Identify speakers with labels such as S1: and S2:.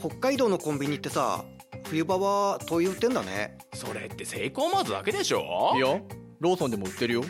S1: 北海道のコンビニってさ冬場は灯油売ってんだね
S2: それってセイコーマートだけでしょ
S3: いやローソンでも売ってるよ